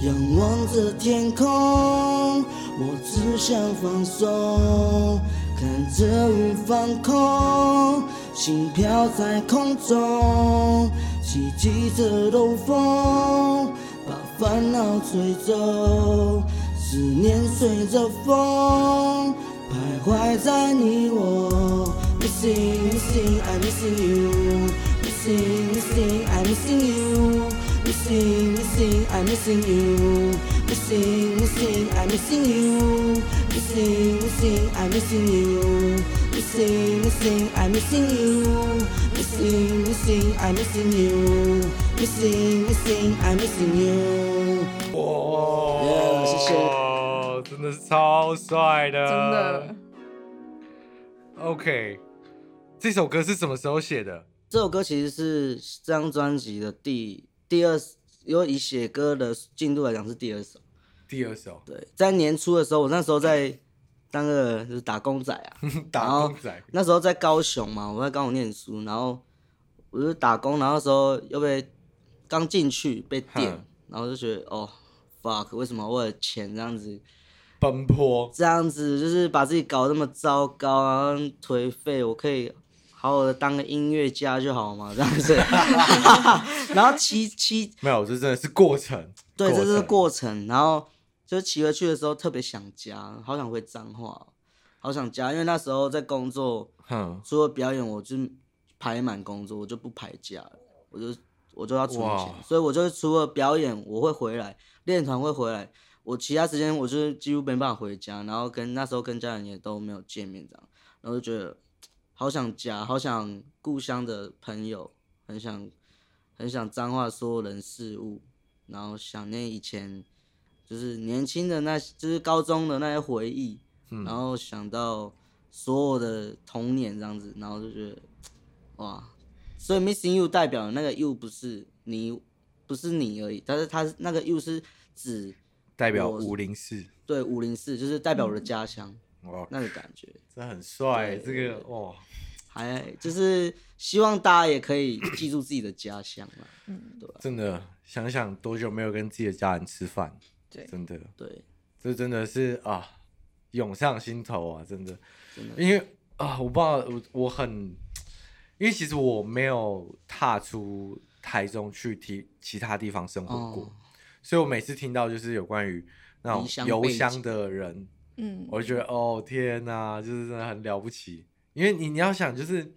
仰望着天空，我只想放松，看着云放空，心飘在空中，袭击着东风，把烦恼吹走，思念随着风徘徊在你我，missing missing I missing you，missing missing I missing you，missing missing I missing you，missing missing I missing you，missing missing I missing you，missing missing I missing you，missing missing I missing you，missing missing I missing you。Yeah，谢谢哇，真的是超帅的，真呃的。 OK，这首歌是什么时候写的？这首歌其实是这张专辑的第第二，因为以写歌的进度来讲是第二首。第二首，对，在年初的时候，我那时候在当个就是打工仔啊，打然后工仔。那时候在高雄嘛，我在高雄念书，然后我就打工，然后那时候又被刚进去被电哼，然后就觉得哦，fuck，为什么为了钱这样子奔波，这样子就是把自己搞那么糟糕，然后颓废，我可以好好的当个音乐家就好嘛，这 样 子。然后骑骑，没有，这真的是过程。对，这是程过程。然后就骑回去的时候特别想家，好想回彰化哦，好想家，因为那时候在工作，哼，除了表演，我就排满工作，我就不排假了，我就我就要存钱哇，所以我就除了表演我会回来，练团会回来，我其他时间我就是几乎没办法回家，然后跟那时候跟家人也都没有见面这样，然后就觉得好想家，好想故乡的朋友，很想很想彰化所有人事物，然后想念以前就是年轻的那，就是高中的那些回忆，嗯然后想到所有的童年这样子，然后就觉得哇，所以 missing you 代表的那个 you 不是你，不是你而已，但是它是那个 you 是指代表我五零四，对五零四，就是代表嗯我的家乡、哇，那个感觉，这很帅，这对个哇，还就是希望大家也可以记住自己的家乡啦，真的想想多久没有跟自己的家人吃饭，对真的，对，这真的是啊，涌上心头啊，真的，真的因为啊，我不知道，我我很，因为其实我没有踏出台中去其其他地方生活过，哦所以我每次听到就是有关于那种离乡游背乡井的人，嗯，我就觉得哦天哪，就是真的很了不起，因为你你要想就是，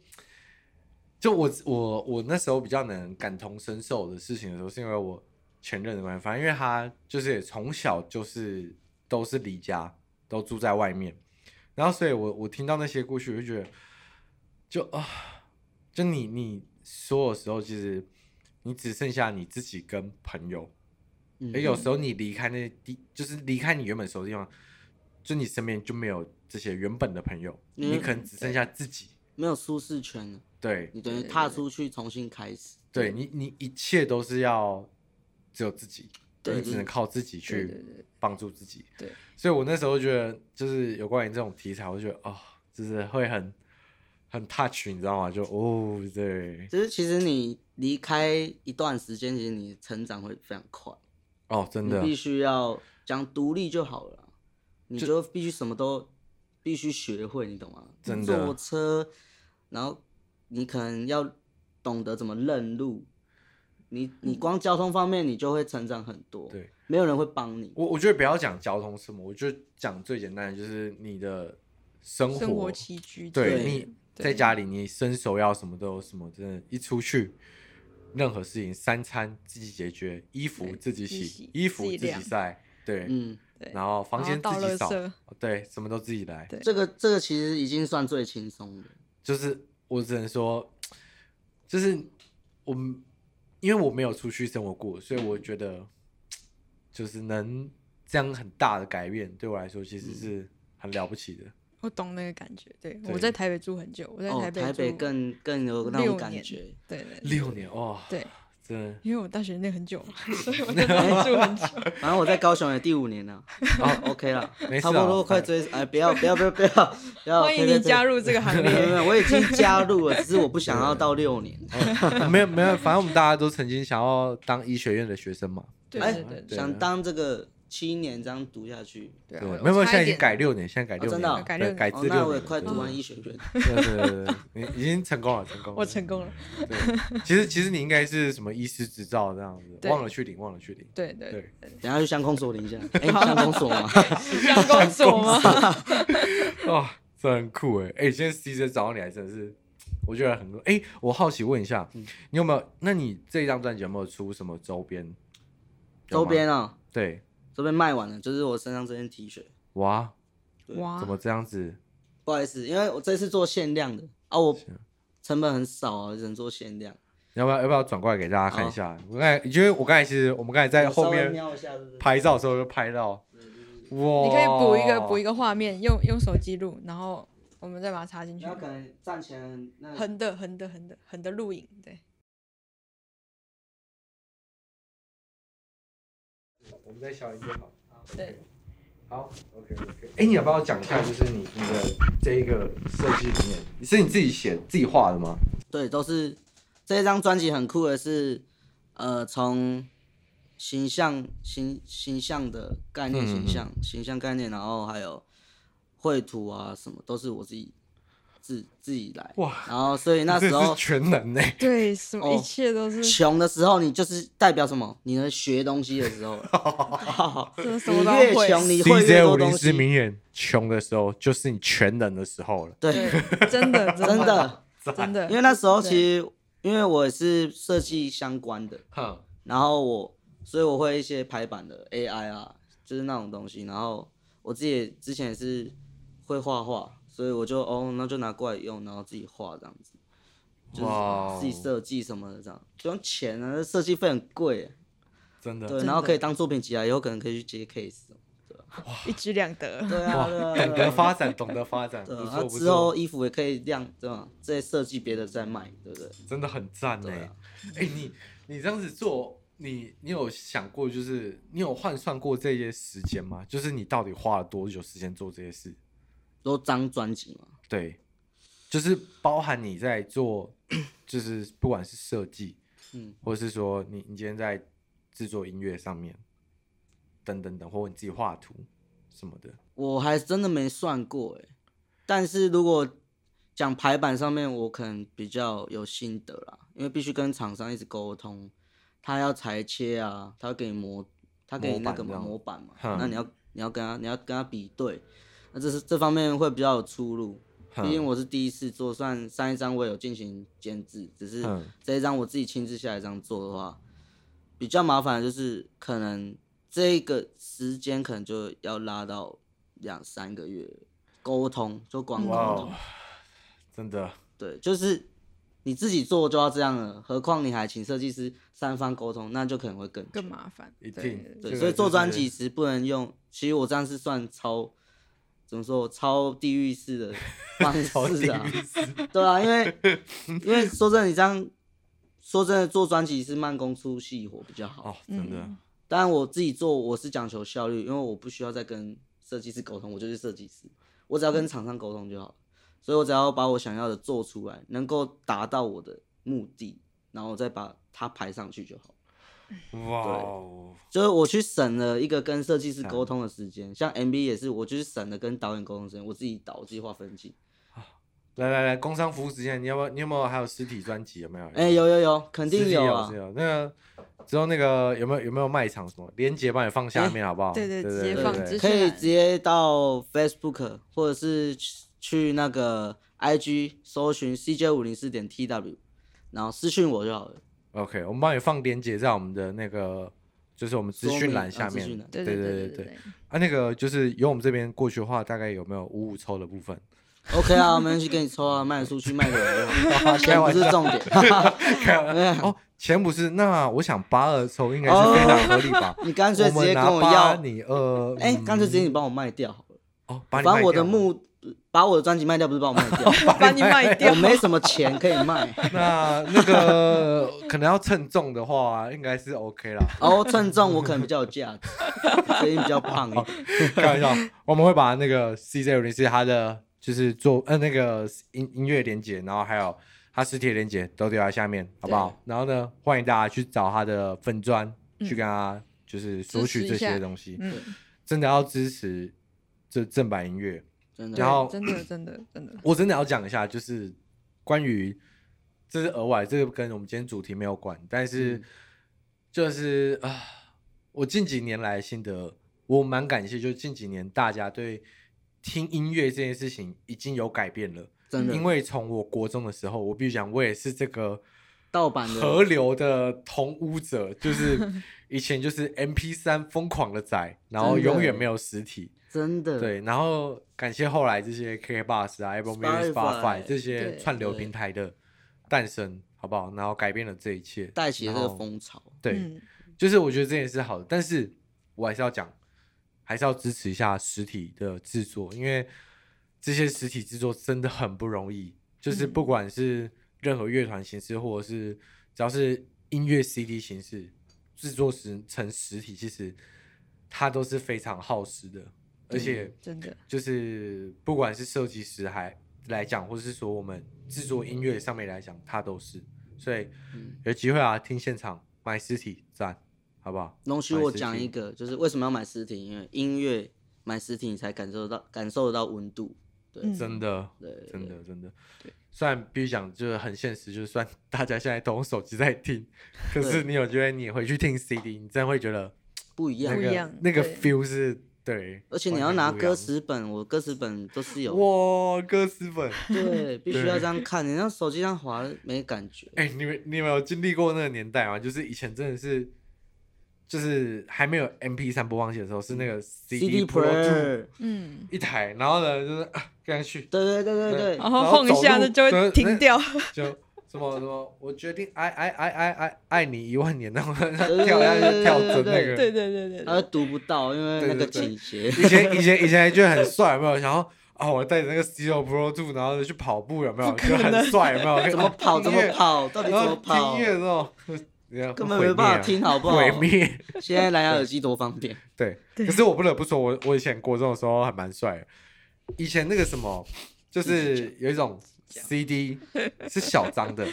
就我我我那时候比较能感同身受的事情的时候，是因为我前任的关系，反正因为他就是也从小就是都是离家，都住在外面，然后所以我我听到那些故事，我就觉得就啊，就你你所有时候其实你只剩下你自己跟朋友，嗯而哎有时候你离开那些地，就是离开你原本熟的地方，就你身边就没有这些原本的朋友，嗯嗯你可能只剩下自己。没有舒适圈了，对，你等于对踏出去重新开始。对你，你一切都是要只有自己，对你只能靠自己对对去对帮助自己。对，所以我那时候觉得，就是有关于这种题材，我就觉得哦，就是会很很 touch，你知道吗？就哦，对，就是其实你离开一段时间，其实你成长会非常快，哦，真你的，必须要讲独立就好了，你就必须什么都必须学会，你懂吗？真的啊坐车，然后你可能要懂得怎么认路，你你光交通方面你就会成长很多，嗯对，没有人会帮你，我我觉得不要讲交通什么，我就讲最简单的，就是你的生活生活起居之类对的你对在家里，你伸手要什么都有什么，真的，一出去，任何事情三餐自己解决，衣服对自己自己洗洗，衣自服己自己晾晒，对，嗯，对然后房然后间自倒己垃扫圾，对，什么都自己来，对这个这个其实已经算最轻松的，就是我只能说，就是我们，因为我没有出去生活过，所以我觉得，就是能这样很大的改变，对我来说其嗯实是很了不起的。我懂那个感觉。对，对我在台北住很久，我在哦，台北台北住更更有那六种感年觉，对对对六年哇，对，真的因为我大学念很久嘛，所以我 在那边住很久。反正我在高雄也第五年 了，哦，OK 了没，事啊差不多快追，哎，不要不要不要不要不 要，欢迎哦对你加。入这个对行 对对没有没列。有，我已经加入了，只是我不想要到六年。 没有没有，反正我们大家都曾经想要当医学院的学生嘛。对哎对对对，想当这个七年这样读下去，对对，啊，没有没有，我现差在已一经点改六年，现在改六真年的哦了，改对六改年至六哦，那年。我也快读完对。医学院。对对对对对，你已经成功了，成功了。嗯我成功了。对，其实其实你应该是什么医师执照这样子，对忘了去领，忘了去领。对对对，等一下去乡公所领一下，哎，乡公所吗？相公所吗？哦，这很酷哎！哎、今天 CJ 找到你来真的是，我觉得很酷。哎、我好奇问一下，嗯你有没有？那你这张专辑有没有出什么周边？有吗周边哦，对，周边卖完了，就是我身上这件 T 恤。哇，哇 怎，么这样子？不好意思，因为我这次做限量的啊，我成本很少啊，只能做限量。你要不要要不要转过来给大家看一下？嗯我刚才，因为我刚才其实我们刚才在我稍微后面瞄一下，对不对拍照的时候就拍到，哇！你可以补一个补一个，个画面，用用手机录，然后我们再把它插进去然。后可能站起来很那个横的横的横的横的录影，对，我们再小一点好。对，好，OK OK。哎、你要不要讲一下，就是你你的这一个设计里面，你是你自己写自己画的吗？对，都是这一张专辑很酷的是，呃，从形象形形象的概嗯念、嗯形象形象概念，然后还有绘图啊什么，都是我自己自自己来。哇！然后所以那这时候是全能欸呢、对，什么哦一切都是穷的时候，你就是代表什么？你能学东西的时候了。 真的什你么都要越穷，会，你会越 DJ 五多零东四西。名言，穷的时候就是你全能的时候了。对，对，真的真 的，真的，因为那时候其实因为我也是设计相关的，哼，然后我，所以我会一些排版的 AI 啊，就是那种东西。然后我自己也之前也是会画画，所以我就哦，那就拿过来用，然后自己画这样子，哇哦就是自己设计什么的这样，不用钱啊，那设计费很贵。真的，对，然后可以当作品集啊，以后可能可以去接 case 哦。一举两得，对啊，对啊对啊懂得发展，懂得发展，对不啊，错他不之错后，衣服也可以晾，对吧？再设计别的再卖，对不对？真的很赞呢对啊。哎，你你这样子做，你你有想过，就是你有换算过这些时间吗？就是你到底花了多久时间做这些事？都张专辑嘛，对，就是包含你在做，就是不管是设计，嗯，或是说你你今天在制作音乐上面，等等等，或你自己画图什么的，我还真的没算过哎，但是如果讲排版上面，我可能比较有心得啦，因为必须跟厂商一直沟通，他要裁切啊，他要给你模，他给你那个嘛模模板嘛，哼那你要你要跟他你要跟他比对，那这是这方面会比较有出入。哼毕竟我是第一次做，算上一张我也有进行监制，只是嗯这一张我自己亲自下来这样做的话，比较麻烦的就是可能这个时间可能就要拉到两三个月，沟通就光沟哇通哦，真的，对，就是你自己做就要这样了，何况你还请设计师三方沟通，那就可能会更久更麻烦，一对定这对，个所以做就是专辑时不能用。其实我这样是算超，怎么说超地狱式 的方式啊？对啊，因为因为说真的，你这样说真的，做专辑是慢工出细活比较好。哦，真的，嗯当然我自己做，我是讲求效率，因为我不需要再跟设计师沟通，我就是设计师，我只要跟厂商沟通就好了。所以我只要把我想要的做出来，能够达到我的目的，然后我再把它排上去就好。哇哦，就是我去省了一个跟设计师嗯沟通的时间，像 MV 也是，我就是省了跟导演沟通时间，我自己导，我自己画分镜。来来来，工商服务时间，你要不要？你有没有还有实体专辑？有没有？哎、有有有，肯实定体有有啊是。有那个之后那个有没有有没有卖场什么？链接帮你放下面好不好？对对对直对接对放对资讯可哎以直接到 Facebook 或者是去去那个 IG 搜寻 CJ 五零四点 TW，然后私讯我就好了。 OK，我们帮你放链接在我们的那个，就是我们资说讯明栏啊下资面讯。栏对对对对对，，啊，那个就是由我们这边过去的话，大概有没有五五抽的部分？ OK 啊，没关系，给你抽啊，卖得出去，卖 给我就好，钱不是重点。嗯 哦，钱不是，那我想八二抽应该是非常合理 吧？你干脆直我们接跟拿我八要，你二，哎、嗯干脆直接你帮我卖掉好了。哦，把你反正卖我的掉目，把我的专辑卖掉，不是把我卖掉 把你卖掉我。没什么钱可以卖。那那个可能要称重的话，应该是 OK 啦。然后哦称重我可能比较有价值，最近比较胖一点。 开玩笑，我们会把那个 CJ 伦是他的就是做呃那个音音乐连接，然后还有他实体的连接都丢在下面，好不好？然后呢，欢迎大家去找他的粉砖、去跟他就是索取这嗯支持一些下东西，嗯，真的要支持这正版音乐。真然的，后真的真的真的，我真的要讲一下，就是关于这是额外，这个跟我们今天主题没有关，但是嗯就是啊、我近几年来的心得，我蛮感谢，就近几年大家对听音乐这件事情已经有改变了，真因的，为从我国中的时候，我必须讲，我也是这个盗版河的流的同污者，就是 以前就是 M P 三疯狂的仔，然后真的永远欸没有实体。真的，对，然后感谢后来这些 KKBox 啊、Apple Music、Spotify Spotify，这些对串流对平台的诞生，好不好？然后改变了这一切，带起了这然个后。风潮。对，嗯，就是我觉得这也是好的，但是我还是要讲，还是要支持一下实体的制作，因为这些实体制作真的很不容易，就是嗯不管是任何乐团形式，或者是只要是音乐 CD 形式制作时成实体，其实它都是非常耗时的，而且。真的，就是不管是设计师还来讲，或是说我们制作音乐上面来讲，它都是。所以嗯有机会啊，听现场买实体赞，好不好？容许买我实讲体一个，就是为什么要买实体？因为音乐买实体，你才感受到感受得到温度。对，嗯真的，对对真的，真的。虽然必须讲，就是很现实，就是虽然大家现在都用手机在听，可是对你有觉得你回去听 CD，你真的会觉得不一样那不。一样个那个对 feel 是对，而且你要完全拿不一样歌，词本，我歌词本都是有，哇，歌词本，对，必须对要这样看。你让手机上滑没感觉，哎、你们你们有经历过那个年代吗？就是以前真的是，就是还没有 M P 三播放器的时候，是嗯那个 CD E Pro Two player，嗯，一台，然后呢就是啊跟、上去对对对对然然对，后后晃一走下，路那就会走那停掉。就什么什么，我决定爱爱爱爱爱爱你一万年，然后对跳下去对跳针那对对个。对对对而对，呃读不到，因为对那个对对倾斜。以前以前以前还觉得很帅，有没有？然后啊，我带着那个 C O Pro Two，然后去跑步，有没有？不可就很能帅，有没有？ 怎么跑？怎么跑？跑？到底怎然后么跑听？乐这种， 你看根本毁没办灭啊法听，好不好？毁灭。啊 现在蓝牙耳机多方 便，对，对可是我不得不说，我我以前国中的时候还蛮帅的。以前那个什么，就是有一种 CD 是小张 的，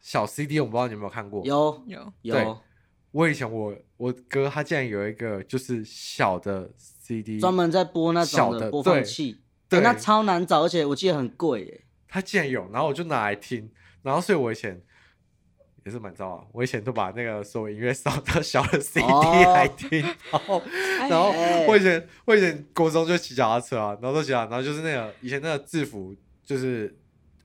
小 CD，我不知道你有没有看过。嗯有有对有我以前我我哥他竟然有一个就是小的 CD，专门在播那小的种的播对放器，对欸那超难找，而且我记得很贵耶。他竟然有，然后我就拿来听，然后所以我以前也是蛮糟啊，我以前都把那个所有音乐扫到小的 CD 哦来听，然后哎然后哎我以前我以前国中就骑脚踏车啊，然后都骑啊，然后就是那个以前那个制服，就是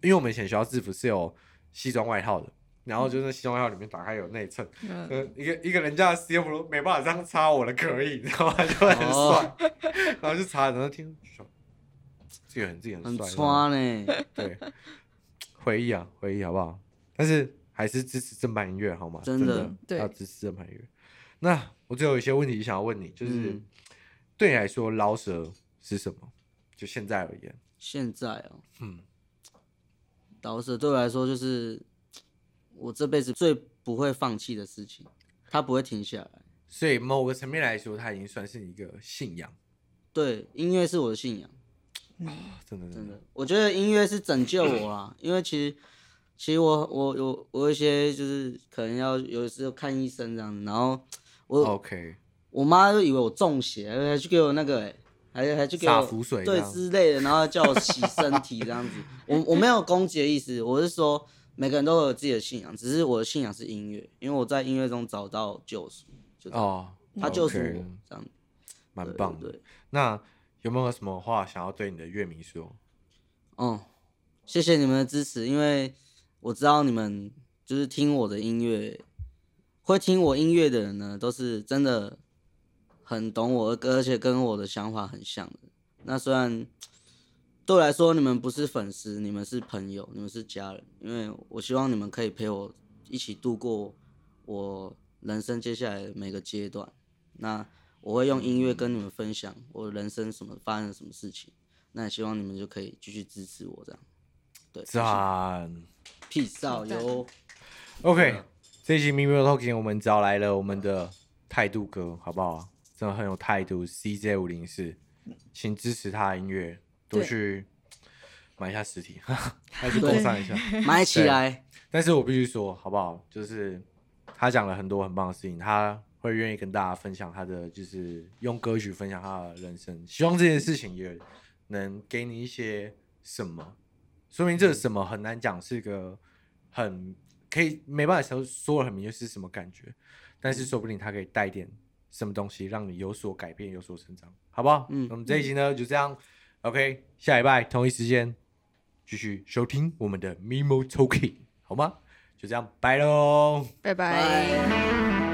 因为我们以前学校制服是有西装外套的，然后就是那西装外套里面打开有内衬，嗯呃，一个一个人家的 CF 没办法这样插我的可以，你知道吗？就很帅，哦然后就插，然后听，这个很这个很很帅，然后穿 呢，对，回忆啊，回忆好不好？但是还是支持正版音乐好吗？真真的对要支持正版音乐。那我最后有一些问题想要问你，就是、嗯对你来说，饶舌是什么？就现在而言，现在哦，嗯，饶舌对我来说就是我这辈子最不会放弃的事情，它不会停下来。所以某个层面来说，它已经算是一个信仰，对，音乐是我的信仰，啊真的真真的的，我觉得音乐是拯救我啦，因为其实。其实我我有我有一些就是可能要有时候看医生这样，然后我 OK，我妈就以为我中邪，还去给我那个、欸，还还去给洒我符水这对样之类的，然后叫我洗身体这样子。我我没有攻击的意思，我是说每个人都有自己的信仰，只是我的信仰是音乐，因为我在音乐中找到救赎，就这样哦，他救赎我 OK，这样子，蛮对棒的。对对，那有没有什么话想要对你的乐迷说？嗯，谢谢你们的支持，因为我知道你们就是听我的音乐，会听我音乐的人呢，都是真的很懂我，而且跟我的想法很像的。那虽然对我来说，你们不是粉丝，你们是朋友，你们是家人，因为我希望你们可以陪我一起度过我人生接下来的每个阶段。那我会用音乐跟你们分享我人生什么发生了什么事情。那也希望你们就可以继续支持我这样。对，赞。 p e a c e out 赞哟。 OK，这一期 m i m i Talking 我们找来了我们的态度哥，好不好？真的很有态度，CJ 五零四，请支持他的音乐，多对去买一下实体， 还是购上一下。买起对来，但是我必须说，好不好？就是他讲了很多很棒的事情，他会愿意跟大家分享他的，就是用歌曲分享他的人生。希望这件事情也能给你一些什么，说明这个什么很难讲，是个很可以没办法说说的很明确是什么感觉，但是说不定他可以带点什么东西，让你有所改变，有所成长，好不好？嗯那么这一集呢就这样，OK，下礼拜同一时间继续收听我们的 Mimo Talking，好吗？就这样，拜喽。拜拜。拜